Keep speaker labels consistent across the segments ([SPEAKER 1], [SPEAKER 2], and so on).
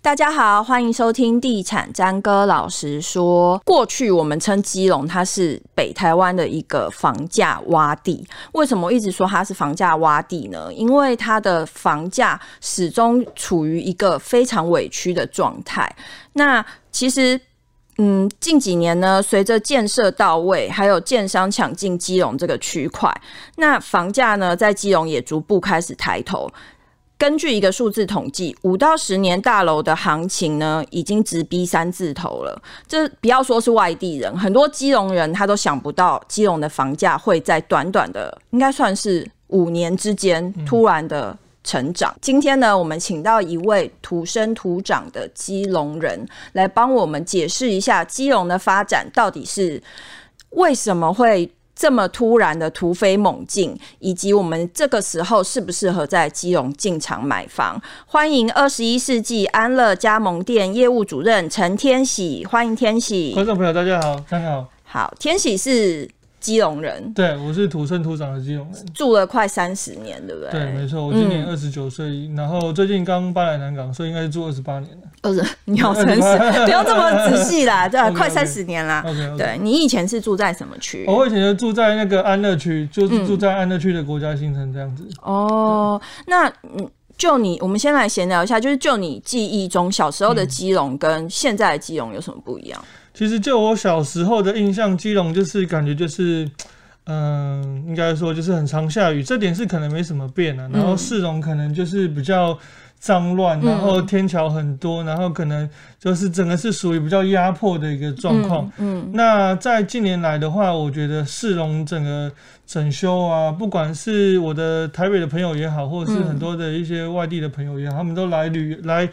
[SPEAKER 1] 大家好，欢迎收听《地产詹哥老实说》。过去我们称基隆它是北台湾的一个房价洼地，为什么一直说它是房价洼地呢？因为它的房价始终处于一个非常委屈的状态。那其实。嗯，近几年呢，随着建设到位，还有建商抢进基隆这个区块，那房价呢在基隆也逐步开始抬头。根据一个数字统计，五到十年大楼的行情呢，已经直逼三字头了。这不要说是外地人，很多基隆人他都想不到，基隆的房价会在短短的应该算是五年之间突然的成长。今天呢，我们请到一位土生土长的基隆人来帮我们解释一下基隆的发展到底是为什么会这么突然的突飞猛进，以及我们这个时候适不适合在基隆进场买房？欢迎二十一世纪安乐加盟店业务主任陈天喜，欢迎天
[SPEAKER 2] 观
[SPEAKER 1] 喜。
[SPEAKER 2] 众朋友，大家好，大家好，
[SPEAKER 1] 好，天喜是基隆人，
[SPEAKER 2] 对我是土生土长的基隆人，
[SPEAKER 1] 住了快三十年，对不
[SPEAKER 2] 对，
[SPEAKER 1] 对？
[SPEAKER 2] 没错，我今年
[SPEAKER 1] 嗯
[SPEAKER 2] 二十九岁，然后最近刚搬来南港，所以应该是住二十八年了。
[SPEAKER 1] 二十， 你好诚 实，不要这么仔细啦，对啊，
[SPEAKER 2] OK，OK
[SPEAKER 1] 快三十年啦。
[SPEAKER 2] OK OK，
[SPEAKER 1] 对你以前是住在什么区？
[SPEAKER 2] 哦我以前就住在那个安乐区，
[SPEAKER 1] 嗯
[SPEAKER 2] 就是住在安乐区的国家新城这样子。
[SPEAKER 1] 哦，那嗯，就你，我们先来闲聊一下，就是就你记忆中小时
[SPEAKER 2] 嗯
[SPEAKER 1] 候的基隆跟现在的基隆有什么不一样？
[SPEAKER 2] 其实就我小时候的印象，基隆就是感觉就是。嗯，应该说就是很常下雨，这点是可能没什么变啊。然后
[SPEAKER 1] 嗯
[SPEAKER 2] 市容可能就是比较脏乱，然后天桥很多，然后可能就是整个是属于比较压迫的一个状况。
[SPEAKER 1] 嗯，嗯，
[SPEAKER 2] 那在近年来的话，我觉得市容整个整修啊，不管是我的台北的朋友也好，或者是
[SPEAKER 1] 嗯
[SPEAKER 2] 很多的一些外地的朋友也好，他们都来旅来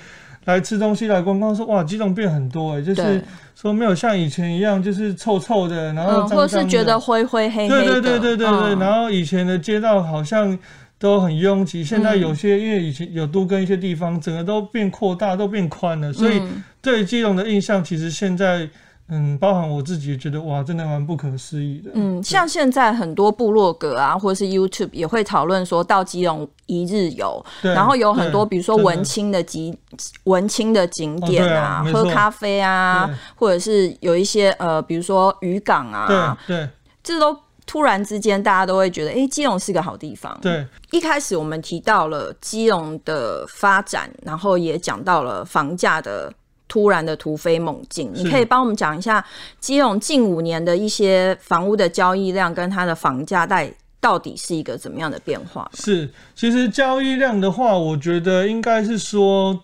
[SPEAKER 2] 来吃东西来观光，说哇，基隆变很多哎、就是
[SPEAKER 1] 对，
[SPEAKER 2] 说没有像以前一样就是臭臭的，然后
[SPEAKER 1] 嗯，
[SPEAKER 2] 脏脏的，
[SPEAKER 1] 或是觉得灰灰黑黑的，
[SPEAKER 2] 对对对对对对，
[SPEAKER 1] 嗯
[SPEAKER 2] 然后以前的街道好像。都很拥挤，现在有
[SPEAKER 1] 嗯
[SPEAKER 2] 些因为以前有都跟一些地方，整个都变扩大，都变宽了，所以
[SPEAKER 1] 嗯
[SPEAKER 2] 对基隆的印象，其实现在，嗯，包含我自己也觉得哇，真的蛮不可思议的。
[SPEAKER 1] 嗯，像现在很多部落格啊，或是 YouTube 也会讨论说到基隆一日游，
[SPEAKER 2] 对，
[SPEAKER 1] 然后有很多
[SPEAKER 2] 对
[SPEAKER 1] 比如说
[SPEAKER 2] 真的
[SPEAKER 1] 文青的景文青的景点
[SPEAKER 2] 哦对
[SPEAKER 1] 啊，
[SPEAKER 2] 啊没
[SPEAKER 1] 喝
[SPEAKER 2] 错
[SPEAKER 1] 咖啡啊
[SPEAKER 2] 对，
[SPEAKER 1] 或者是有一些呃，比如说渔港啊，
[SPEAKER 2] 对
[SPEAKER 1] 这都突然之间大家都会觉得，哎、基隆是个好地方。
[SPEAKER 2] 对，对，
[SPEAKER 1] 一开始我们提到了基隆的发展，然后也讲到了房价的突然的突飞猛进。
[SPEAKER 2] 是
[SPEAKER 1] 你可以帮我们讲一下基隆近五年的一些房屋的交易量跟它的房价带到底是一个怎么样的变化？
[SPEAKER 2] 是。其实交易量的话，我觉得应该是说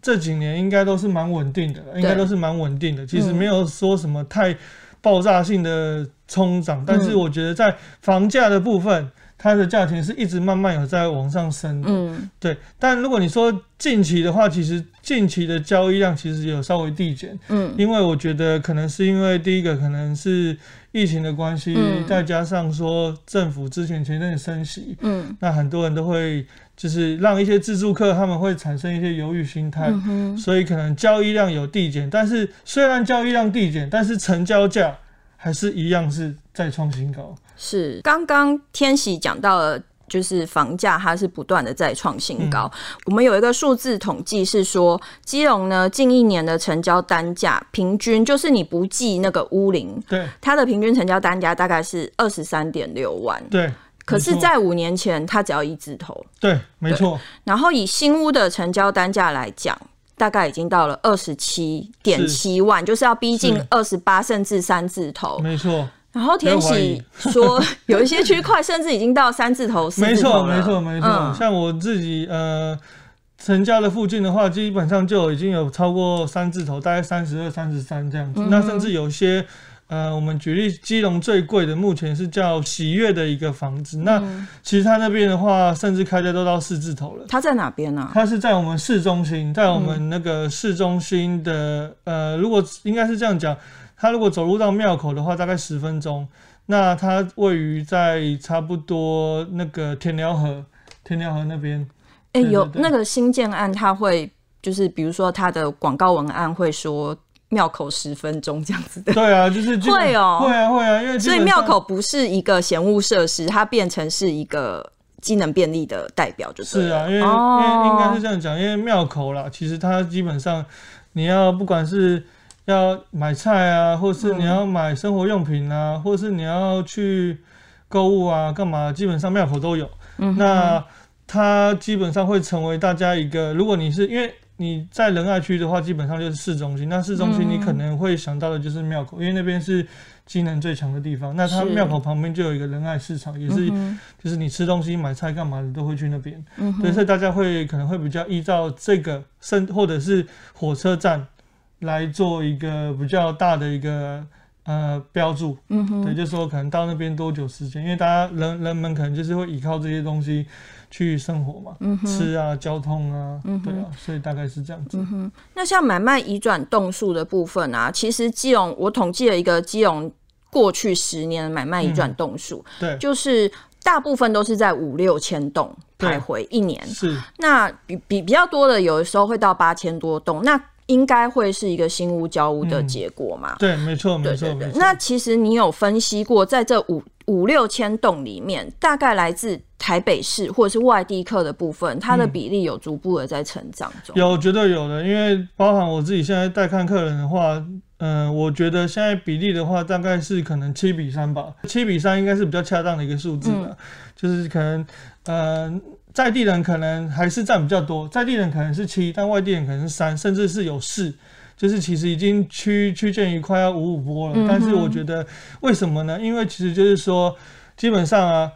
[SPEAKER 2] 这几年应该都是蛮稳定的了，应该都是蛮稳定的。其实没有说什么太爆炸性的冲涨，但是我觉得在房价的部分，它的价钱是一直慢慢有在往上升的。
[SPEAKER 1] 嗯
[SPEAKER 2] 对，但如果你说近期的话，其实近期的交易量其实有稍微递减，
[SPEAKER 1] 嗯
[SPEAKER 2] 因为我觉得可能是因为第一个可能是疫情的关系，
[SPEAKER 1] 嗯
[SPEAKER 2] 再加上说政府之前前阵子升息，
[SPEAKER 1] 嗯
[SPEAKER 2] 那很多人都会就是让一些自住客他们会产生一些犹豫心态，
[SPEAKER 1] 嗯哼，
[SPEAKER 2] 所以可能交易量有递减，但是虽然交易量递减，但是成交价还是一样是再创新高。
[SPEAKER 1] 是。刚刚天喜讲到了。就是房价，它是不断的在创新高。
[SPEAKER 2] 嗯
[SPEAKER 1] 我们有一个数字统计是说，基隆呢近一年的成交单价平均，就是你不计那个屋龄，
[SPEAKER 2] 对
[SPEAKER 1] 它的平均成交单价大概是二十三点六万，
[SPEAKER 2] 对
[SPEAKER 1] 可是，
[SPEAKER 2] 没错
[SPEAKER 1] 在五年前它只要一字头。
[SPEAKER 2] 对，没错，
[SPEAKER 1] 然后以新屋的成交单价来讲，大概已经到了二十七点七万，就是要逼近
[SPEAKER 2] 是
[SPEAKER 1] 二十八甚至三字头。
[SPEAKER 2] 没错。
[SPEAKER 1] 然后天
[SPEAKER 2] 不要怀
[SPEAKER 1] 喜
[SPEAKER 2] 疑
[SPEAKER 1] 说， 有一些区块甚至已经到三字头、四
[SPEAKER 2] 没
[SPEAKER 1] 字
[SPEAKER 2] 错，
[SPEAKER 1] 头了。
[SPEAKER 2] 没错，没错。
[SPEAKER 1] 嗯
[SPEAKER 2] 像我自己呃，成家的附近的话，基本上就已经有超过三字头，大概三十二、三十三这样
[SPEAKER 1] 嗯
[SPEAKER 2] 子。那甚至有些呃，我们举例，基隆最贵的目前是叫喜悦的一个房子，那
[SPEAKER 1] 嗯
[SPEAKER 2] 其实它那边的话，甚至开价都到四字头了。
[SPEAKER 1] 它在哪边啊呢、
[SPEAKER 2] 它是在我们市中心，在我们那个市中心的、呃，如果应该是这样讲，它如果走路到庙口的话，大概十分钟。那它位于在差不多那个田寮河，田寮河那边。
[SPEAKER 1] 哎、
[SPEAKER 2] 对对
[SPEAKER 1] 有
[SPEAKER 2] 对
[SPEAKER 1] 那个新建案，它会就是比如说它的广告文案会说庙口十分钟这样子的。
[SPEAKER 2] 对啊，就是基本
[SPEAKER 1] 会哦
[SPEAKER 2] 会啊，会啊，因为基
[SPEAKER 1] 所以
[SPEAKER 2] 本
[SPEAKER 1] 庙
[SPEAKER 2] 上
[SPEAKER 1] 口不是一个闲物设施，它变成是一个机能便利的代表，就是
[SPEAKER 2] 啊，因为、
[SPEAKER 1] 哦
[SPEAKER 2] 因为应该是这样讲，因为庙口啦，其实它基本上你要不管是要买菜啊，或是你要买生活用品啊，或是你要去购物啊，干嘛，基本上庙口都有。
[SPEAKER 1] 嗯哼
[SPEAKER 2] 那它基本上会成为大家一个，如果你是因为你在仁爱区的话，基本上就是市中心。那市中心你可能会想到的就是庙口，因为那边是机能最强的地方。那它
[SPEAKER 1] 是
[SPEAKER 2] 庙口旁边就有一个仁爱市场，也是就是你吃东西、买菜干嘛的都会去那边。
[SPEAKER 1] 嗯哼
[SPEAKER 2] 对，所以大家会可能会比较依照这个，甚或者是火车站来做一个比较大的一个呃标注。
[SPEAKER 1] 嗯哼，
[SPEAKER 2] 对，就说可能到那边多久时间，因为大家人人们可能就是会依靠这些东西去生活嘛，
[SPEAKER 1] 嗯哼，
[SPEAKER 2] 吃啊、交通啊，
[SPEAKER 1] 嗯哼
[SPEAKER 2] 对啊，所以大概是这样子。
[SPEAKER 1] 嗯哼，那像买卖移转动数的部分啊，其实基隆我统计了一个基隆过去十年的买卖移
[SPEAKER 2] 嗯
[SPEAKER 1] 转动数，
[SPEAKER 2] 对，
[SPEAKER 1] 就是大部分都是在五六千栋
[SPEAKER 2] 对
[SPEAKER 1] 徘徊一年，
[SPEAKER 2] 是
[SPEAKER 1] 那比比比较多的有的时候会到八千多栋，那应该会是一个新屋交屋的
[SPEAKER 2] 嗯
[SPEAKER 1] 结果嘛？
[SPEAKER 2] 对，没错，没
[SPEAKER 1] 对
[SPEAKER 2] 错，
[SPEAKER 1] 对
[SPEAKER 2] 没
[SPEAKER 1] 对。
[SPEAKER 2] 错。
[SPEAKER 1] 那其实你有分析过，在这五五六千栋里面，大概来自台北市或者是外地客的部分，它的
[SPEAKER 2] 嗯
[SPEAKER 1] 比例有逐步的在成长中。
[SPEAKER 2] 有绝对有的，因为包含我自己现在带看客人的话，嗯、我觉得现在比例的话大概是可能七比三吧，七比三应该是比较恰当的一个数字吧，
[SPEAKER 1] 嗯
[SPEAKER 2] 就是可能呃在地人可能还是占比较多，在地人可能是七，但外地人可能是三，甚至是有四。就是其实已经趋趋近于快要五五波了，
[SPEAKER 1] 嗯哼
[SPEAKER 2] 但是我觉得为什么呢？因为其实就是说，基本上啊，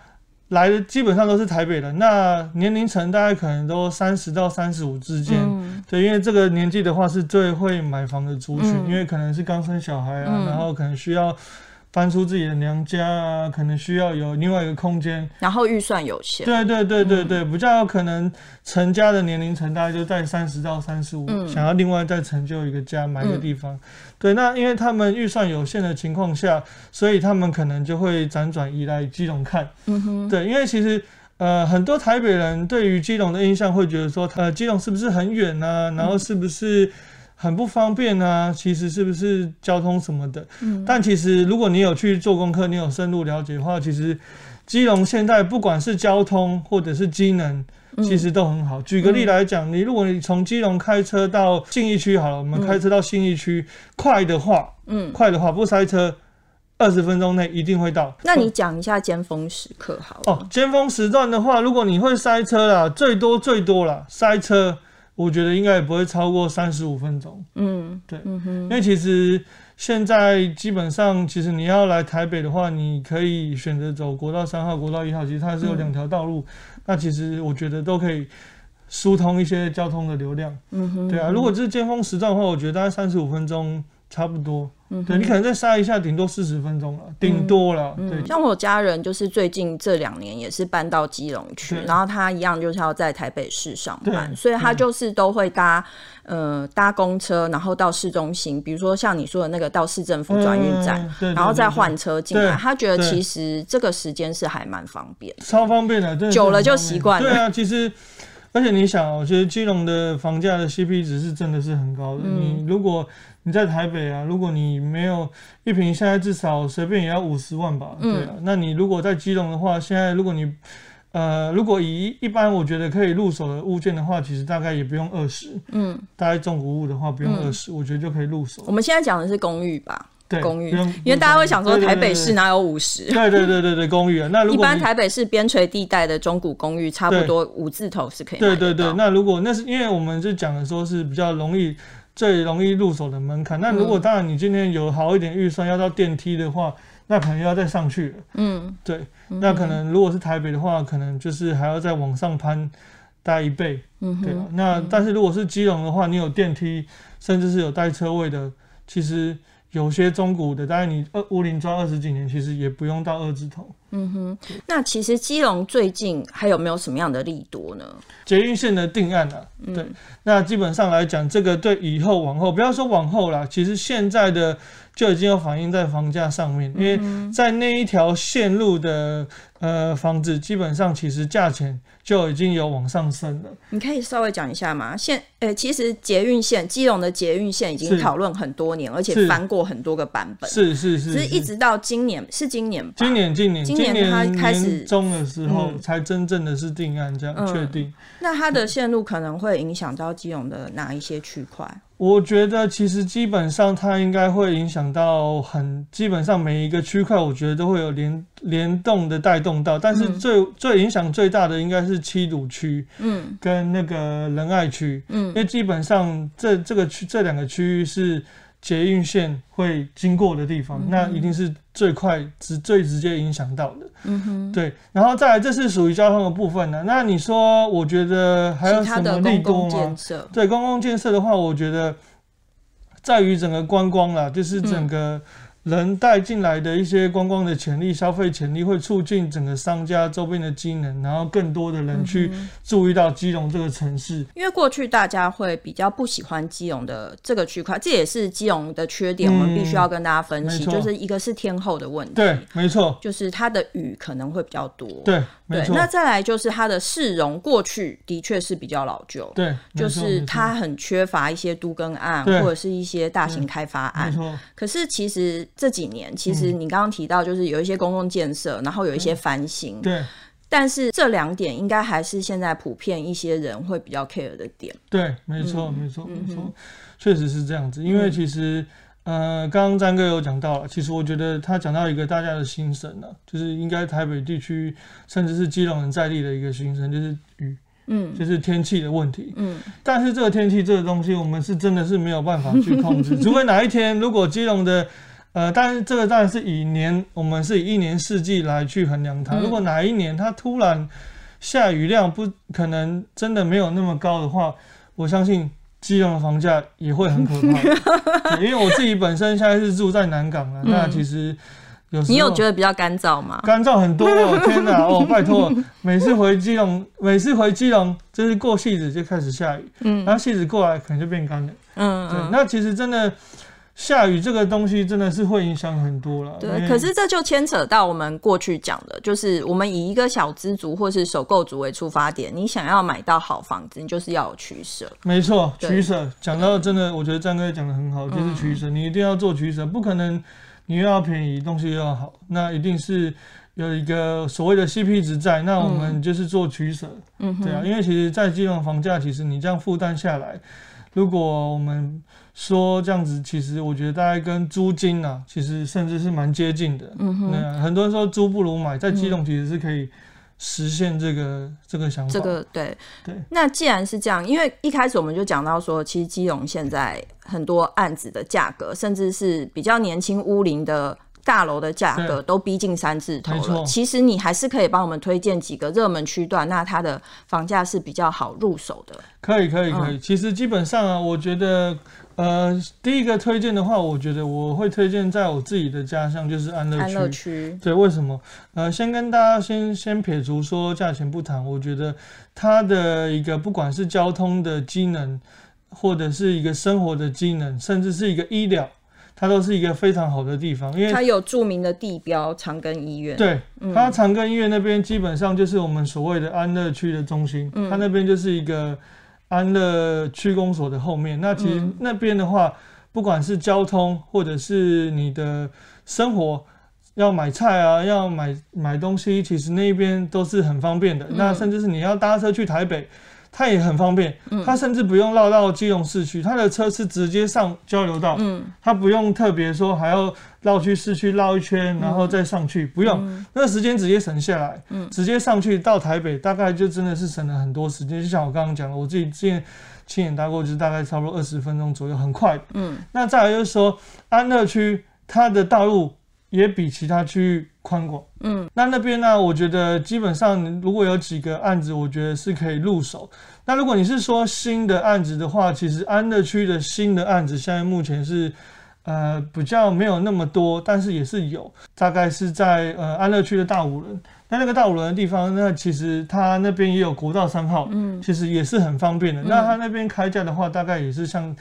[SPEAKER 2] 来的基本上都是台北人，那年龄层大概可能都三十到三十五之间，
[SPEAKER 1] 嗯
[SPEAKER 2] 对，因为这个年纪的话是最会买房的族群，
[SPEAKER 1] 嗯
[SPEAKER 2] 因为可能是刚生小孩啊，
[SPEAKER 1] 嗯
[SPEAKER 2] 然后可能需要搬出自己的娘家啊，可能需要有另外一个空间。
[SPEAKER 1] 然后预算有限，
[SPEAKER 2] 对对对
[SPEAKER 1] 嗯
[SPEAKER 2] 对对，比较有可能成家的年龄层大概就在三十到三十五
[SPEAKER 1] 嗯，
[SPEAKER 2] 想要另外再成就一个家，买一个地方。对，那因为他们预算有限的情况下，所以他们可能就会辗转移来基隆看。
[SPEAKER 1] 嗯哼，
[SPEAKER 2] 对，因为其实呃，很多台北人对于基隆的印象会觉得说，呃，基隆是不是很远啊？
[SPEAKER 1] 嗯
[SPEAKER 2] 然后是不是很不方便啊？其实是不是交通什么的？
[SPEAKER 1] 嗯
[SPEAKER 2] 但其实如果你有去做功课，你有深入了解的话，其实基隆现在不管是交通或者是机能。
[SPEAKER 1] 嗯
[SPEAKER 2] 其实都很好。举个例来讲，你如果你从基隆开车到信义区好了，我们开车到信义区，快的话，
[SPEAKER 1] 嗯，
[SPEAKER 2] 快的话不塞车，二十分钟内一定会到。
[SPEAKER 1] 那你讲一下尖峰时刻好了。
[SPEAKER 2] 哦，尖峰时段的话，如果你会塞车啦，最多最多啦，塞车，我觉得应该也不会超过三十五分钟，
[SPEAKER 1] 嗯，
[SPEAKER 2] 对
[SPEAKER 1] 嗯
[SPEAKER 2] 因
[SPEAKER 1] 哼，
[SPEAKER 2] 为其实现在基本上，其实你要来台北的话，你可以选择走国道三号、国道一号，其实它是有两条道路，
[SPEAKER 1] 嗯
[SPEAKER 2] 那其实我觉得都可以疏通一些交通的流量，
[SPEAKER 1] 嗯哼，
[SPEAKER 2] 对啊，如果这是尖峰时段的话，我觉得大概三十五分钟差不多，
[SPEAKER 1] 嗯
[SPEAKER 2] 对你可能再塞一下，顶多四十分钟了，顶多了，对。
[SPEAKER 1] 嗯，像我家人就是最近这两年也是搬到基隆去，
[SPEAKER 2] 对
[SPEAKER 1] 然后他一样就是要在台北市上班，
[SPEAKER 2] 嗯对嗯
[SPEAKER 1] 所以他就是都会搭呃搭公车，然后到市中心，比如说像你说的那个到市政府转运站，
[SPEAKER 2] 嗯对对
[SPEAKER 1] 然后再
[SPEAKER 2] 对对
[SPEAKER 1] 换车进来。
[SPEAKER 2] 对
[SPEAKER 1] 他觉得
[SPEAKER 2] 对
[SPEAKER 1] 其实这个时间是还蛮方便的。
[SPEAKER 2] 超方便的，真的是
[SPEAKER 1] 久了就
[SPEAKER 2] 很方便
[SPEAKER 1] 习惯了
[SPEAKER 2] 对啊，其实而且你想哦，其实基隆的房价的 CP 值是真的是很高的。
[SPEAKER 1] 嗯
[SPEAKER 2] 你如果你在台北啊，如果你没有一平，现在至少随便也要五十万吧，
[SPEAKER 1] 嗯
[SPEAKER 2] 对啊。那你如果在基隆的话，现在如果你呃，如果以一般我觉得可以入手的物件的话，其实大概也不用二十，
[SPEAKER 1] 嗯，
[SPEAKER 2] 大概中古物的话不用二十、我觉得就可以入手
[SPEAKER 1] 我。们现在讲的是公寓吧，
[SPEAKER 2] 对，
[SPEAKER 1] 公寓
[SPEAKER 2] 不用，
[SPEAKER 1] 因为大家会想说
[SPEAKER 2] 对对
[SPEAKER 1] 台
[SPEAKER 2] 对
[SPEAKER 1] 北市哪有五十？
[SPEAKER 2] 对对对对对公寓啊。那如
[SPEAKER 1] 一
[SPEAKER 2] 果
[SPEAKER 1] 般
[SPEAKER 2] 你
[SPEAKER 1] 台北市边陲地带的中古公寓，差不
[SPEAKER 2] 对
[SPEAKER 1] 多五字头是可以买得
[SPEAKER 2] 对对
[SPEAKER 1] 到
[SPEAKER 2] 对，那如果那是因为我们是讲的说是比较容易、最容易入手的门槛。那
[SPEAKER 1] 嗯
[SPEAKER 2] 如果当然你今天有好一点预算，要到电梯的话，那可能要再上去了。
[SPEAKER 1] 嗯，
[SPEAKER 2] 对，那可能如果是台北的话，可能就是还要再往上攀大概一倍，
[SPEAKER 1] 嗯
[SPEAKER 2] 对吧、啊
[SPEAKER 1] 哼，
[SPEAKER 2] 那但是如果是基隆的话，你有电梯，甚至是有带车位的，其实有些中古的，大概你二乌林抓二十几年，其实也不用到二字头。
[SPEAKER 1] 嗯哼。那其实基隆最近还有没有什么样的利多呢？
[SPEAKER 2] 捷运线的定案啊，
[SPEAKER 1] 嗯
[SPEAKER 2] 对，那基本上来讲，这个对以后往后，不要说往后啦，其实现在的就已经有反映在房价上面，
[SPEAKER 1] 嗯
[SPEAKER 2] 因为在那一条线路的呃房子，基本上其实价钱就已经有往上升了。
[SPEAKER 1] 你可以稍微讲一下吗？现呃、其实捷运线，基隆的捷运线已经
[SPEAKER 2] 是
[SPEAKER 1] 讨论很多年，而且
[SPEAKER 2] 是
[SPEAKER 1] 翻过很多个版本，
[SPEAKER 2] 是是
[SPEAKER 1] 只
[SPEAKER 2] 是
[SPEAKER 1] 是一直到今年，是今年吧？
[SPEAKER 2] 今年今年
[SPEAKER 1] 啊今年它开始
[SPEAKER 2] 年中的时候
[SPEAKER 1] 嗯
[SPEAKER 2] 才真正的是定案，这样
[SPEAKER 1] 嗯
[SPEAKER 2] 确定。
[SPEAKER 1] 那它的线路可能会影响到基隆的哪一些区块？
[SPEAKER 2] 我觉得其实基本上它应该会影响到很，基本上每一个区块，我觉得都会有联联动的带动到，但是
[SPEAKER 1] 嗯
[SPEAKER 2] 最、最影响最大的应该是七堵区
[SPEAKER 1] 嗯
[SPEAKER 2] 跟那个仁爱区，因
[SPEAKER 1] 嗯
[SPEAKER 2] 为基本上这这个区这两个区域是捷运线会经过的地方，
[SPEAKER 1] 嗯
[SPEAKER 2] 那一定是最快直最直接影响到的。
[SPEAKER 1] 嗯哼，
[SPEAKER 2] 对，然后再来这是属于交通的部分呢、那你说，我觉得还有
[SPEAKER 1] 其他
[SPEAKER 2] 什
[SPEAKER 1] 的
[SPEAKER 2] 么
[SPEAKER 1] 公
[SPEAKER 2] 利多
[SPEAKER 1] 共
[SPEAKER 2] 吗
[SPEAKER 1] 建？设，
[SPEAKER 2] 对公共建设的话，我觉得在于整个观光啦，就是整
[SPEAKER 1] 嗯
[SPEAKER 2] 个人带进来的一些观光的潜力、消费潜力，会促进整个商家周边的机能，然后更多的人去
[SPEAKER 1] 嗯哼
[SPEAKER 2] 注意到基隆这个城市。
[SPEAKER 1] 因为过去大家会比较不喜欢基隆的这个区块，这也是基隆的缺点，
[SPEAKER 2] 嗯
[SPEAKER 1] 我们必须要跟大家分析，
[SPEAKER 2] 没错
[SPEAKER 1] 就是一个是天候的问题，
[SPEAKER 2] 对，没错，
[SPEAKER 1] 就是它的雨可能会比较多，
[SPEAKER 2] 对，没
[SPEAKER 1] 对
[SPEAKER 2] 错，
[SPEAKER 1] 那再来就是它的市容，过去的确是比较老旧，
[SPEAKER 2] 对，
[SPEAKER 1] 就
[SPEAKER 2] 没错
[SPEAKER 1] 是它很缺乏一些都更案
[SPEAKER 2] 对
[SPEAKER 1] 或者是一些大型开发
[SPEAKER 2] 没
[SPEAKER 1] 案。
[SPEAKER 2] 错，嗯
[SPEAKER 1] 可是其实这几年，其实你刚刚提到就是有一些公共建设，然后有一些翻新，
[SPEAKER 2] 对，
[SPEAKER 1] 但是这两点应该还是现在普遍一些人会比较 care 的点。
[SPEAKER 2] 对，没错，
[SPEAKER 1] 嗯
[SPEAKER 2] 没错，
[SPEAKER 1] 嗯
[SPEAKER 2] 没错
[SPEAKER 1] 哼，
[SPEAKER 2] 确实是这样子。因为
[SPEAKER 1] 嗯
[SPEAKER 2] 其实，呃，刚刚詹哥有讲到了，其实我觉得他讲到一个大家的心声呢、就是应该台北地区甚至是基隆人在地的一个心声，就是雨，
[SPEAKER 1] 嗯
[SPEAKER 2] 就是天气的问题。
[SPEAKER 1] 嗯
[SPEAKER 2] 但是这个天气这个东西，我们是真的是没有办法去 控制，除非哪一天如果基隆的。呃，但是这个当然是以年，我们是以一年四季来去衡量它。
[SPEAKER 1] 嗯
[SPEAKER 2] 如果哪一年它突然下雨量不可能真的没有那么高的话，我相信基隆的房价也会很可 怕。对因为我自己本身现在是住在南港啊，
[SPEAKER 1] 嗯
[SPEAKER 2] 那其实有时候
[SPEAKER 1] 你有觉得比较干燥吗？
[SPEAKER 2] 干燥很 多哦，天哪哦，拜托，每次回基隆，每次回基隆就是过戏子就开始下雨，
[SPEAKER 1] 嗯
[SPEAKER 2] 然后戏子过来可能就变干了。
[SPEAKER 1] 嗯
[SPEAKER 2] 啊对，
[SPEAKER 1] 嗯。
[SPEAKER 2] 那其实真的下雨这个东西真的是会影响很多了。因
[SPEAKER 1] 对，
[SPEAKER 2] 为
[SPEAKER 1] 可是这就牵扯到我们过去讲的，就是我们以一个小资族或是首购族为出发点，你想要买到好房子，你就是要有取舍。
[SPEAKER 2] 没错，
[SPEAKER 1] 对嗯
[SPEAKER 2] 取舍讲到真的，我觉得战哥讲的很好，就是取舍，你一定要做取舍，不可能你又要便宜，东西又要好，那一定是有一个所谓的 CP 值在。那我们就是做取舍，
[SPEAKER 1] 嗯
[SPEAKER 2] 对啊，
[SPEAKER 1] 哼，
[SPEAKER 2] 因为其实，在基隆房价，其实你这样负担下来，如果我们说这样子，其实我觉得大概跟租金啊，其实甚至是蛮接近的。
[SPEAKER 1] 嗯
[SPEAKER 2] 对
[SPEAKER 1] 哼，嗯
[SPEAKER 2] 啊，很多人说租不如买，在基隆其实是可以实现这个这个想法。
[SPEAKER 1] 这个对
[SPEAKER 2] 对
[SPEAKER 1] 那既然是这样，因为一开始我们就讲到说，其实基隆现在很多案子的价格，甚至是比较年轻屋龄的。大楼的价格都逼近三字头
[SPEAKER 2] 没
[SPEAKER 1] 了，
[SPEAKER 2] 错
[SPEAKER 1] 其实你还是可以帮我们推荐几个热门区段，那它的房价是比较好入手的。
[SPEAKER 2] 可以，可以，
[SPEAKER 1] 嗯
[SPEAKER 2] 可以。其实基本上啊，我觉得，呃，第一个推荐的话，我觉得我会推荐在我自己的家乡，就是安乐
[SPEAKER 1] 安
[SPEAKER 2] 区。
[SPEAKER 1] 乐区，
[SPEAKER 2] 对，为什么？呃，先跟大家先先撇除说价钱不谈，我觉得它的一个不管是交通的机能，或者是一个生活的机能，甚至是一个医疗，它都是一个非常好的地方，因为
[SPEAKER 1] 它有著名的地标长庚医院。
[SPEAKER 2] 对，
[SPEAKER 1] 嗯
[SPEAKER 2] 它长庚医院那边基本上就是我们所谓的安乐区的中心，
[SPEAKER 1] 嗯
[SPEAKER 2] 它那边就是一个安乐区公所的后面。那其实
[SPEAKER 1] 嗯
[SPEAKER 2] 那边的话，不管是交通或者是你的生活，要买菜啊，要买买东西，其实那边都是很方便的。
[SPEAKER 1] 嗯
[SPEAKER 2] 那甚至是你要搭车去台北。它也很方便，
[SPEAKER 1] 嗯
[SPEAKER 2] 它甚至不用绕到基隆市区，它的车是直接上交流道，
[SPEAKER 1] 嗯，
[SPEAKER 2] 它不用特别说还要绕去市区绕一圈，然后再上去，不用，
[SPEAKER 1] 嗯
[SPEAKER 2] 那时间直接省下来，
[SPEAKER 1] 嗯
[SPEAKER 2] 直接上去到台北，大概就真的是省了很多时间。就像我刚刚讲的，我自己之前亲眼搭过，就是大概差不多二十分钟左右，很快。
[SPEAKER 1] 嗯
[SPEAKER 2] 那再来就是说，安乐区它的道路也比其他区域宽广。
[SPEAKER 1] 嗯
[SPEAKER 2] 那那边呢，我觉得基本上如果有几个案子，我觉得是可以入手。那如果你是说新的案子的话，其实安乐区的新的案子现在目前是。呃，比较没有那么多，但是也是有，大概是在呃安乐区的大五轮。那那个大五轮的地方，那其实它那边也有国道三号，
[SPEAKER 1] 嗯
[SPEAKER 2] 其实也是很方便的。
[SPEAKER 1] 嗯
[SPEAKER 2] 那它那边开价的话，大概也是像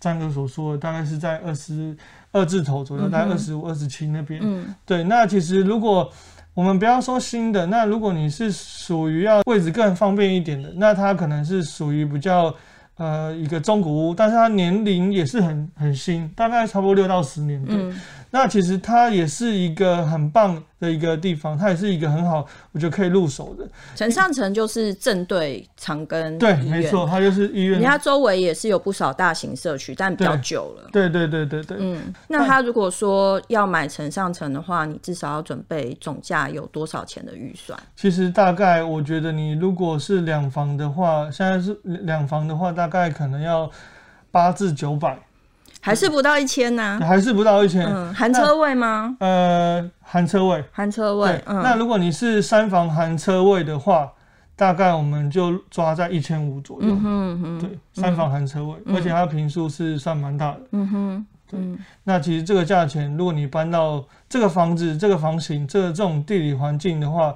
[SPEAKER 2] 张哥所说的，大概是在二十二字头左右，
[SPEAKER 1] 嗯哼
[SPEAKER 2] 大概二十五、二十七那边。
[SPEAKER 1] 嗯
[SPEAKER 2] 对，那其实如果我们不要说新的，那如果你是属于要位置更方便一点的，那它可能是属于比较呃一个中古屋，但是它年龄也是很很新，大概差不多六到十年。对，
[SPEAKER 1] 嗯
[SPEAKER 2] 那其实它也是一个很棒的一个地方，它也是一个很好，我觉得可以入手的。
[SPEAKER 1] 陈上城就是正对长庚
[SPEAKER 2] 对，
[SPEAKER 1] 医
[SPEAKER 2] 没
[SPEAKER 1] 院
[SPEAKER 2] 错，它就是医
[SPEAKER 1] 人
[SPEAKER 2] 院。
[SPEAKER 1] 家周围也是有不少大型社区，但比较
[SPEAKER 2] 对
[SPEAKER 1] 久了。
[SPEAKER 2] 对对对对对，
[SPEAKER 1] 嗯，那他如果说要买城上城的话，你至少要准备总价有多少钱的预算？
[SPEAKER 2] 其实大概我觉得你如果是两房的话，现在是两房的话，大概可能要八至九百，
[SPEAKER 1] 还是不到一千呢、
[SPEAKER 2] 还是不到一千。
[SPEAKER 1] 啊嗯，含车位吗？
[SPEAKER 2] 呃，含车位。
[SPEAKER 1] 含车位
[SPEAKER 2] 对，，那
[SPEAKER 1] 嗯
[SPEAKER 2] 如果你是三房含车位的话，大概我们就抓在一千五左右。
[SPEAKER 1] 嗯哼嗯哼
[SPEAKER 2] 对，三房含车位，而且它平数是算蛮大的。
[SPEAKER 1] 嗯哼，
[SPEAKER 2] 那其实这个价钱，如果你搬到这个房子、这个房型、这这种地理环境的话，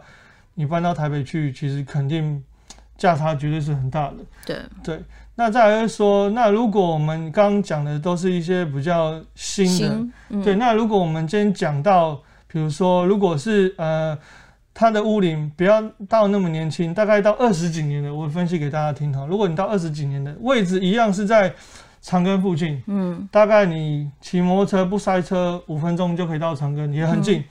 [SPEAKER 2] 你搬到台北去，其实肯定价差绝对是很大的。
[SPEAKER 1] 对，
[SPEAKER 2] 对，那再来就是说，那如果我们刚刚讲的都是一些比较新的，
[SPEAKER 1] 新，嗯
[SPEAKER 2] 对，那如果我们今天讲到，比如说，如果是呃，它的屋龄不要到那么年轻，大概到二十几年的，我分析给大家听哈。如果你到二十几年的位置一样是在长庚附近，
[SPEAKER 1] 嗯，
[SPEAKER 2] 大概你骑摩托车不塞车，五分钟就可以到长庚，也很
[SPEAKER 1] 嗯
[SPEAKER 2] 近。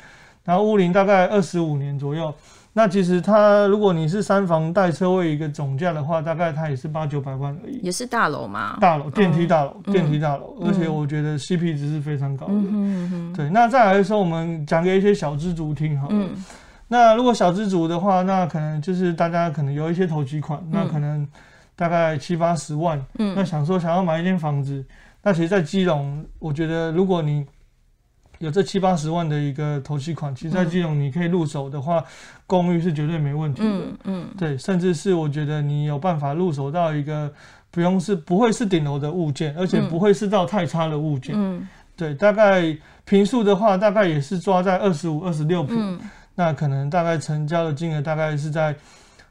[SPEAKER 2] 然后屋龄大概二十五年左右。那其实它，如果你是三房带车位一个总价的话，大概它也是八九百万而已。
[SPEAKER 1] 也是大楼嘛，
[SPEAKER 2] 大楼电梯大楼、
[SPEAKER 1] 嗯
[SPEAKER 2] 电梯大楼，
[SPEAKER 1] 嗯
[SPEAKER 2] 而且我觉得 CP 值是非常高的。
[SPEAKER 1] 嗯哼嗯哼，
[SPEAKER 2] 对，那再来的时候，我们讲给一些小资族听哈。
[SPEAKER 1] 嗯
[SPEAKER 2] 那如果小资族的话，那可能就是大家可能有一些投机款，那可能大概七八十万，那
[SPEAKER 1] 嗯
[SPEAKER 2] 想说想要买一间房子，那其实，在基隆，我觉得如果你有这七八十万的一个投机款，其实，在
[SPEAKER 1] 嗯
[SPEAKER 2] 基隆你可以入手的话，公寓是绝对没问题的。
[SPEAKER 1] 嗯嗯，
[SPEAKER 2] 对，甚至是我觉得你有办法入手到一个不用是不会是顶楼的物件，而且
[SPEAKER 1] 嗯
[SPEAKER 2] 不会是到太差的物件。
[SPEAKER 1] 嗯
[SPEAKER 2] 对，大概平数的话，大概也是抓在二十五、二十六平，
[SPEAKER 1] 嗯
[SPEAKER 2] 那可能大概成交的金额大概是在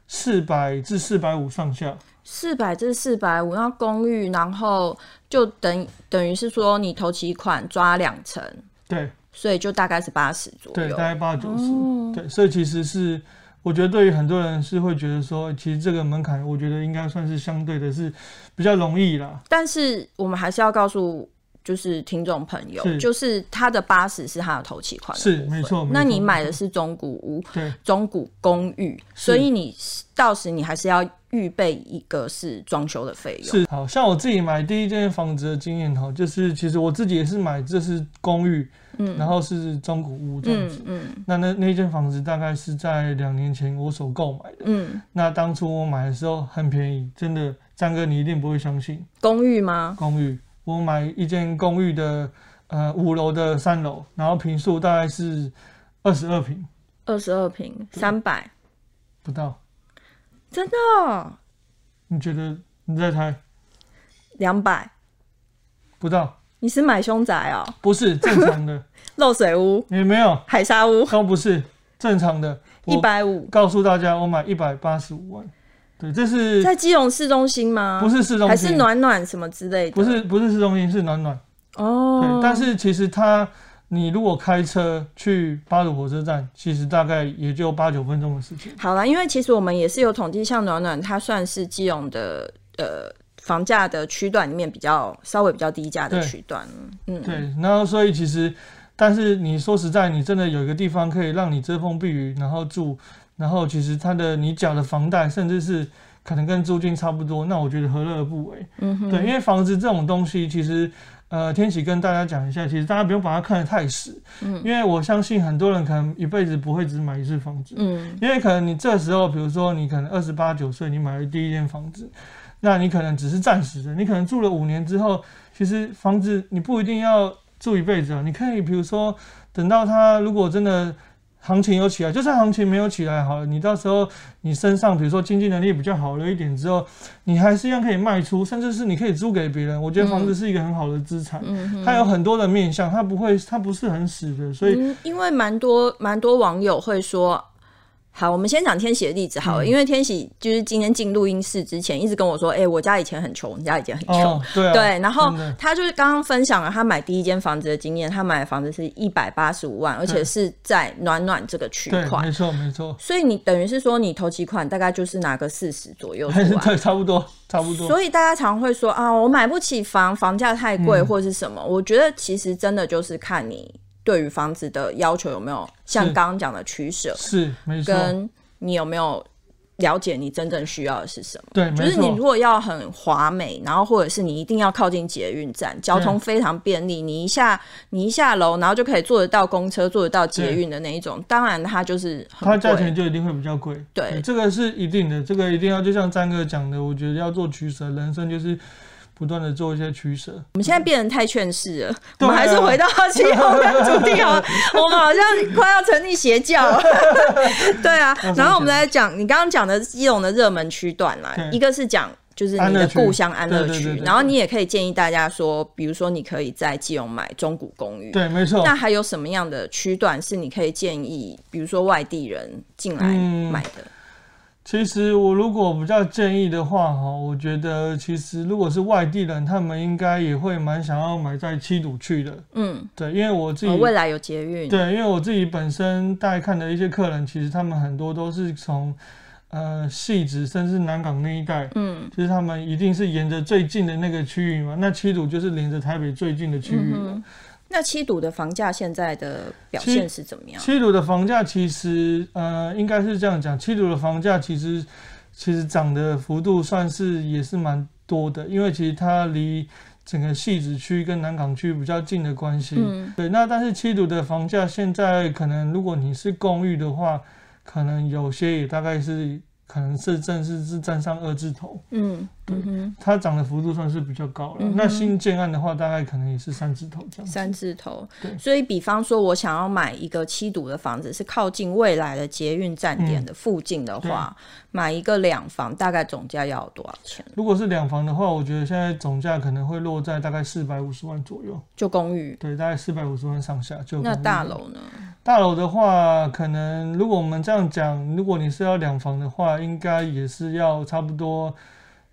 [SPEAKER 2] 四百至四百五上下。
[SPEAKER 1] 四百至四百五，要公寓，然后就等等于是说你投期款抓两成，
[SPEAKER 2] 对
[SPEAKER 1] 所以就大概是八十左
[SPEAKER 2] 对，
[SPEAKER 1] 右
[SPEAKER 2] 大。概八九十。
[SPEAKER 1] 哦
[SPEAKER 2] 对，所以其实是我觉得对于很多人是会觉得说，其实这个门槛，我觉得应该算是相对的是比较容易啦。
[SPEAKER 1] 但是我们还是要告诉就是听众朋友，
[SPEAKER 2] 是
[SPEAKER 1] 就是他的八十是他的头期款的
[SPEAKER 2] 是
[SPEAKER 1] 部分
[SPEAKER 2] 没错没
[SPEAKER 1] 那你
[SPEAKER 2] 错
[SPEAKER 1] 买的是中古屋、
[SPEAKER 2] 对
[SPEAKER 1] 中古公寓，所以你到时你还是要预备一个是装修的费用。
[SPEAKER 2] 是，好像我自己买第一间房子的经验哈，就是其实我自己也是买这是公寓，
[SPEAKER 1] 嗯
[SPEAKER 2] 然后是中古屋这样子。
[SPEAKER 1] 嗯嗯
[SPEAKER 2] 那那那间房子大概是在两年前我所购买的。
[SPEAKER 1] 嗯，
[SPEAKER 2] 那当初我买的时候很便宜，真的，张哥你一定不会相信。
[SPEAKER 1] 公寓吗？
[SPEAKER 2] 公寓，我买一间公寓的呃五楼的三楼，然后平数大概是二十二平
[SPEAKER 1] 二十二平，三百，
[SPEAKER 2] 不到。
[SPEAKER 1] 真的哦
[SPEAKER 2] 你觉得你再猜
[SPEAKER 1] 两百。
[SPEAKER 2] 不到？
[SPEAKER 1] 你是买凶宅哦，
[SPEAKER 2] 不是正常 的，
[SPEAKER 1] 漏水屋、
[SPEAKER 2] 也没有，
[SPEAKER 1] 海沙屋，
[SPEAKER 2] 都不是正常的。
[SPEAKER 1] 一
[SPEAKER 2] 我
[SPEAKER 1] 百五，
[SPEAKER 2] 告诉大家，我买一百八十五万。对，这是
[SPEAKER 1] 在基隆市中心吗？
[SPEAKER 2] 不是市中
[SPEAKER 1] 还
[SPEAKER 2] 心？
[SPEAKER 1] 是暖暖什么之类的？
[SPEAKER 2] 不是不是市中心，是暖暖。
[SPEAKER 1] 哦
[SPEAKER 2] 对，，但是其实它，你如果开车去巴鲁火车站，其实大概也就八九分钟的事情。
[SPEAKER 1] 好啦，因为其实我们也是有统计，像暖暖它算是基隆的呃房价的区段里面比较稍微比较低价的
[SPEAKER 2] 对
[SPEAKER 1] 区段，嗯，
[SPEAKER 2] 对，然后所以其实，但是你说实在，你真的有一个地方可以让你遮风避雨，然后住，然后其实它的你缴的房贷，甚至是可能跟租金差不多，那我觉得何乐而不为？
[SPEAKER 1] 嗯哼，
[SPEAKER 2] 对，因为房子这种东西，其实呃，天喜跟大家讲一下，其实大家不用把它看得太死，
[SPEAKER 1] 嗯
[SPEAKER 2] 因为我相信很多人可能一辈子不会只买一次房子，
[SPEAKER 1] 嗯
[SPEAKER 2] 因为可能你这时候，比如说你可能二十八九岁，你买了第一间房子，那你可能只是暂时的，你可能住了五年之后，其实房子你不一定要住一辈子啊，你可以比如说等到它如果真的行情有起来，就算行情没有起来好了，你到时候你身上比如说经济能力比较好了一点之后，你还是一样可以卖出，甚至是你可以租给别人。我觉得房子是一个很好的资产，
[SPEAKER 1] 嗯哼。
[SPEAKER 2] 它有很多的面向，它不会，它不是很死的，所以
[SPEAKER 1] 嗯，因为蛮多蛮多网友会说，好，我们先讲天喜的例子
[SPEAKER 2] 嗯
[SPEAKER 1] 好了，因为天喜就是今天进录音室之前一直跟我说，哎、我家以前很穷，你家以前很穷，
[SPEAKER 2] 哦，对啊，
[SPEAKER 1] 对，然后
[SPEAKER 2] 真的
[SPEAKER 1] 他就是刚刚分享了他买第一间房子的经验，他买的房子是一百八十五万，而且是在暖暖这个区
[SPEAKER 2] 对，
[SPEAKER 1] 块，
[SPEAKER 2] 没错，没错。
[SPEAKER 1] 所以你等于是说你投期款大概就是拿个四十左右出来。
[SPEAKER 2] 对，差不多，差不多。
[SPEAKER 1] 所以大家常会说啊，我买不起房，房价太贵或是什么。我觉得其实真的就是看你对于房子的要求有没有像
[SPEAKER 2] 是
[SPEAKER 1] 刚刚讲的取舍，
[SPEAKER 2] 是没错，
[SPEAKER 1] 跟你有没有了解你真正需要的是什么。
[SPEAKER 2] 对，
[SPEAKER 1] 就
[SPEAKER 2] 没
[SPEAKER 1] 是你
[SPEAKER 2] 错
[SPEAKER 1] 如，果要很华美，然后或者是你一定要靠近捷运站，交通
[SPEAKER 2] 对
[SPEAKER 1] 非常便利，你一下你一下楼，然后就可以坐得到公车，坐得到捷运的那一种，当然它就是
[SPEAKER 2] 它
[SPEAKER 1] 很
[SPEAKER 2] 价
[SPEAKER 1] 贵。
[SPEAKER 2] 钱就一定会比较贵。
[SPEAKER 1] 对
[SPEAKER 2] 这个是一定的，这个一定要就像詹哥讲的，我觉得要做取舍，人生就是不断的做一些取舍。
[SPEAKER 1] 我们现在变得太劝世了，我
[SPEAKER 2] 对啊
[SPEAKER 1] 们还是回到其后 面主题好了，我们好像快要成立邪教了。 对啊，然后我们来讲你刚刚讲的基隆的热门区段啦，
[SPEAKER 2] 对
[SPEAKER 1] 一个是讲。就是你
[SPEAKER 2] 安
[SPEAKER 1] 的
[SPEAKER 2] 乐区
[SPEAKER 1] 故乡安乐
[SPEAKER 2] 对对对
[SPEAKER 1] 区，
[SPEAKER 2] 对
[SPEAKER 1] 然后你也可以建议大家说，比如说你可以在基隆买中古公寓，
[SPEAKER 2] 对，没错。
[SPEAKER 1] 那还有什么样的区段是你可以建议，比如说外地人进来
[SPEAKER 2] 嗯
[SPEAKER 1] 买的？
[SPEAKER 2] 其实我如果比较建议的话，哈，我觉得其实如果是外地人，他们应该也会蛮想要买在七堵去的。
[SPEAKER 1] 嗯，
[SPEAKER 2] 对，因为我自己、
[SPEAKER 1] 哦未来有捷运，
[SPEAKER 2] 对，因为我自己本身带看的一些客人，其实他们很多都是从呃汐止甚至南港那一带，
[SPEAKER 1] 嗯
[SPEAKER 2] 就是他们一定是沿着最近的那个区域嘛。那七堵就是连着台北最近的区域
[SPEAKER 1] 嗯
[SPEAKER 2] 了。
[SPEAKER 1] 哼。那七堵的房价现在的表现是怎么样？
[SPEAKER 2] 七堵的房价其实，呃，应该是这样讲，七堵的房价其实其实涨的幅度算是也是蛮多的，因为其实它离整个汐止区跟南港区比较近的关系。
[SPEAKER 1] 嗯，
[SPEAKER 2] 对，那但是七堵的房价现在可能，如果你是公寓的话，可能有些也大概是可能是正是是占上二字头，
[SPEAKER 1] 嗯嗯哼，
[SPEAKER 2] 它涨的幅度算是比较高了。
[SPEAKER 1] 嗯哼
[SPEAKER 2] 那新建案的话，大概可能也是三字头这样子。
[SPEAKER 1] 三字头。
[SPEAKER 2] 嗯对
[SPEAKER 1] 所以，比方说，我想要买一个七堵的房子，是靠近未来的捷运站点的附近的
[SPEAKER 2] 嗯
[SPEAKER 1] 话，买一个两房大概总价要多少钱？
[SPEAKER 2] 如果是两房的话，我觉得现在总价可能会落在大概四百五十万左右，
[SPEAKER 1] 就公寓。
[SPEAKER 2] 对，大概四百五十万上下就。
[SPEAKER 1] 那大楼呢？
[SPEAKER 2] 大楼的话，可能如果我们这样讲，如果你是要两房的话，应该也是要差不多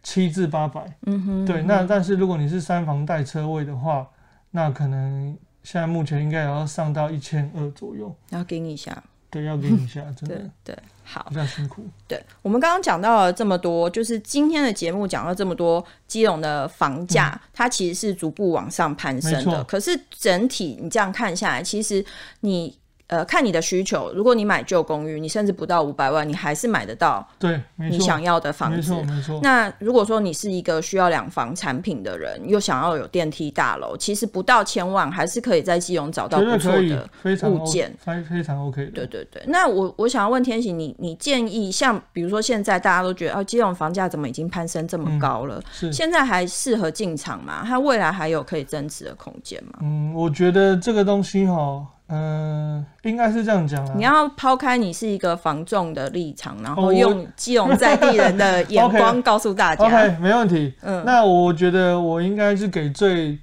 [SPEAKER 2] 七至八百。
[SPEAKER 1] 嗯哼，
[SPEAKER 2] 对，那但是如果你是三房带车位的话，那可能现在目前应该也要上到一千二左右。
[SPEAKER 1] 然后给你一下。
[SPEAKER 2] 对，要给你一下，真
[SPEAKER 1] 对
[SPEAKER 2] 的
[SPEAKER 1] 对，好。
[SPEAKER 2] 比较辛苦。
[SPEAKER 1] 对，我们刚刚讲到了这么多，就是今天的节目讲到这么多，基隆的房价、它其实是逐步往上攀升
[SPEAKER 2] 嗯没
[SPEAKER 1] 的。
[SPEAKER 2] 错
[SPEAKER 1] 可是整体你这样看下来，其实你呃看你的需求，如果你买旧公寓，你甚至不到五百万，你还是买得到
[SPEAKER 2] 对，没
[SPEAKER 1] 你
[SPEAKER 2] 错，
[SPEAKER 1] 想要的房
[SPEAKER 2] 没
[SPEAKER 1] 子
[SPEAKER 2] 错，。没错。
[SPEAKER 1] 那如果说你是一个需要两房产品的人，又想要有电梯大楼，其实不到千万还是可以在基隆找到
[SPEAKER 2] 绝
[SPEAKER 1] 不
[SPEAKER 2] 对
[SPEAKER 1] 错
[SPEAKER 2] 可以
[SPEAKER 1] 的，
[SPEAKER 2] 非常
[SPEAKER 1] 物件
[SPEAKER 2] OK，非非常 OK 的。
[SPEAKER 1] 对对对，那我我想要问天喜，你你建议像比如说现在大家都觉得哦，基隆房价怎么已经攀升这么高了？
[SPEAKER 2] 嗯是，
[SPEAKER 1] 现在还适合进场吗？它未来还有可以增值的空间吗？
[SPEAKER 2] 嗯，我觉得这个东西哈，嗯、应该是这样讲啦。啊
[SPEAKER 1] 你要抛开你是一个房仲的立场，然后
[SPEAKER 2] 哦我
[SPEAKER 1] 用基隆在地人的眼
[SPEAKER 2] OK
[SPEAKER 1] 光告诉大家。
[SPEAKER 2] OK，没问题。
[SPEAKER 1] 嗯
[SPEAKER 2] 那我觉得我应该是给最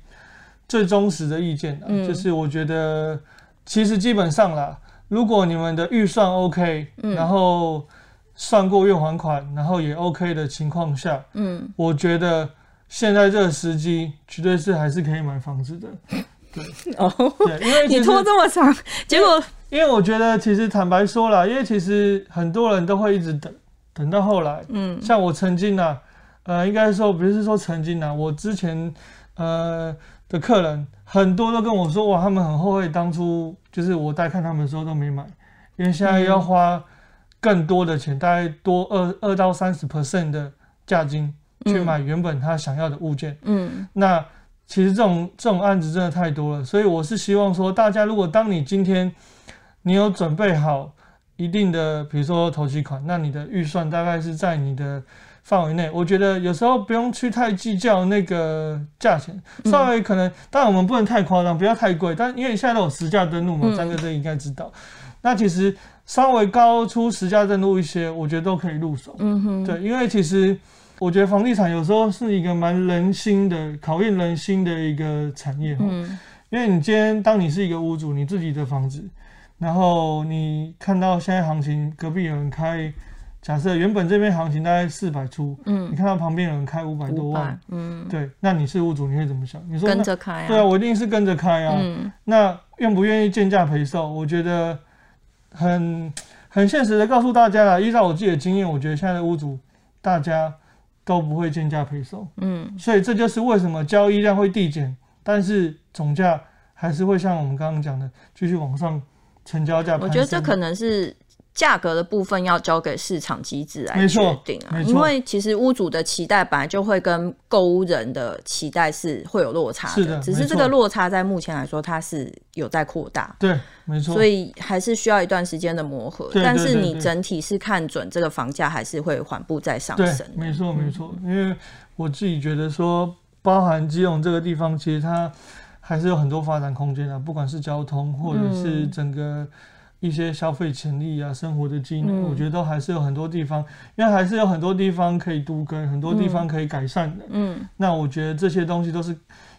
[SPEAKER 2] 最忠实的意见的，
[SPEAKER 1] 嗯
[SPEAKER 2] 就是我觉得其实基本上啦，如果你们的预算 OK，、然
[SPEAKER 1] 嗯
[SPEAKER 2] 后算过月还款，然后也 OK 的情况下，
[SPEAKER 1] 嗯，
[SPEAKER 2] 我觉得现在这个时机绝对是还是可以买房 子的。
[SPEAKER 1] 哦，
[SPEAKER 2] 嗯对，因为其
[SPEAKER 1] 你
[SPEAKER 2] 实
[SPEAKER 1] 拖这么 长，结果
[SPEAKER 2] 因为我觉得其实坦白说啦，因为其实很多人都会一直等，等到后来，
[SPEAKER 1] 嗯
[SPEAKER 2] 像我曾经啊，呃，应该说不是说曾经啊，我之前呃的客人很多都跟我说，哇，他们很后悔当初就是我带看他们的时候都没买，因为现在要花更多的钱，大概多二二到三十 percent 的价金去买原本他想要的物件。
[SPEAKER 1] 嗯
[SPEAKER 2] 那其实这种这种案子真的太多了，所以我是希望说，大家如果当你今天你有准备好一定的，比如说投期款，那你的预算大概是在你的范围内。我觉得有时候不用去太计较那个价钱，
[SPEAKER 1] 嗯
[SPEAKER 2] 稍微可能，当然我们不能太夸张，不要太贵，但因为现在都有实价登录嘛
[SPEAKER 1] 嗯，
[SPEAKER 2] 三个这应该知道。那其实稍微高出实价登录一些，我觉得都可以入手。
[SPEAKER 1] 嗯哼，
[SPEAKER 2] 对，因为其实我觉得房地产有时候是一个蛮人心的、考验人心的一个产业。嗯，
[SPEAKER 1] 嗯
[SPEAKER 2] 因为你今天当你是一个屋主，你自己的房子，然后你看到现在行情，隔壁有人开，假设原本这边行情大概四百出，你
[SPEAKER 1] 嗯，
[SPEAKER 2] 看到旁边有人开五百多万，，
[SPEAKER 1] 嗯，
[SPEAKER 2] 对，那你是屋主，你会怎么想？你说
[SPEAKER 1] 跟
[SPEAKER 2] 那
[SPEAKER 1] 着开啊，
[SPEAKER 2] 对啊，我一定是跟着开啊。
[SPEAKER 1] 嗯
[SPEAKER 2] 那愿不愿意贱价赔售？我觉得很很现实的告诉大家啦，依照我自己的经验，我觉得现在的屋主大家都不会贱价赔售，
[SPEAKER 1] 嗯
[SPEAKER 2] 所以这就是为什么交易量会递减，但是总价还是会像我们刚刚讲的，继续往上成交价攀升。
[SPEAKER 1] 我觉得这可能是价格的部分要交给市场机制来
[SPEAKER 2] 没错
[SPEAKER 1] 决定啊，
[SPEAKER 2] 没错
[SPEAKER 1] 因为其实屋主的期待本来就会跟购物人的期待是会有落差
[SPEAKER 2] 是的
[SPEAKER 1] 只是
[SPEAKER 2] 没错
[SPEAKER 1] 这个落差在目前来说它是有在扩大。
[SPEAKER 2] 对，没错，
[SPEAKER 1] 所以还是需要一段时间的磨合，
[SPEAKER 2] 对对
[SPEAKER 1] 但是
[SPEAKER 2] 对
[SPEAKER 1] 你
[SPEAKER 2] 对
[SPEAKER 1] 整体是看准这个房价还是会缓步在上
[SPEAKER 2] 对
[SPEAKER 1] 升，的。
[SPEAKER 2] 没错没错，因为我自己觉得说，包含基隆这个地方，其实它还是有很多发展空间的、啊不管是交通或者
[SPEAKER 1] 嗯
[SPEAKER 2] 是整个一些消费潜力啊、生活的机能，
[SPEAKER 1] 嗯
[SPEAKER 2] 我觉得都还是有很多地方，因为还是有很多地方可以都跟，很多地方可以改善的。
[SPEAKER 1] 嗯，
[SPEAKER 2] 那我觉得这些东西都是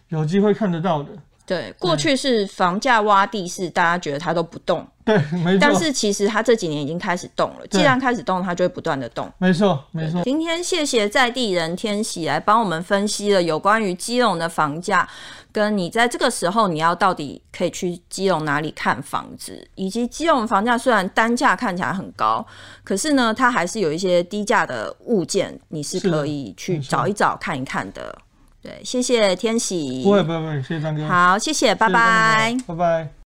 [SPEAKER 2] 有机会看得到的。
[SPEAKER 1] 对，过去是房价洼地是大家觉得它都不动，
[SPEAKER 2] 对，没
[SPEAKER 1] 但
[SPEAKER 2] 错，
[SPEAKER 1] 是其实它这几年已经开始动了。既
[SPEAKER 2] 对
[SPEAKER 1] 然开始动，它就会不断的动。
[SPEAKER 2] 没错，没错。
[SPEAKER 1] 今天谢谢在地人天喜来帮我们分析了有关于基隆的房价，跟你在这个时候你要到底可以去基隆哪里看房子，以及基隆房价虽然单价看起来很高，可是呢，它还是有一些低价的物件，你是
[SPEAKER 2] 是的
[SPEAKER 1] 可以去
[SPEAKER 2] 没错
[SPEAKER 1] 找一找看一看的。对，谢谢天喜
[SPEAKER 2] 不。会不会不会，谢谢张哥，
[SPEAKER 1] 好，谢谢，拜
[SPEAKER 2] 谢谢张
[SPEAKER 1] 拜。
[SPEAKER 2] 哥拜拜。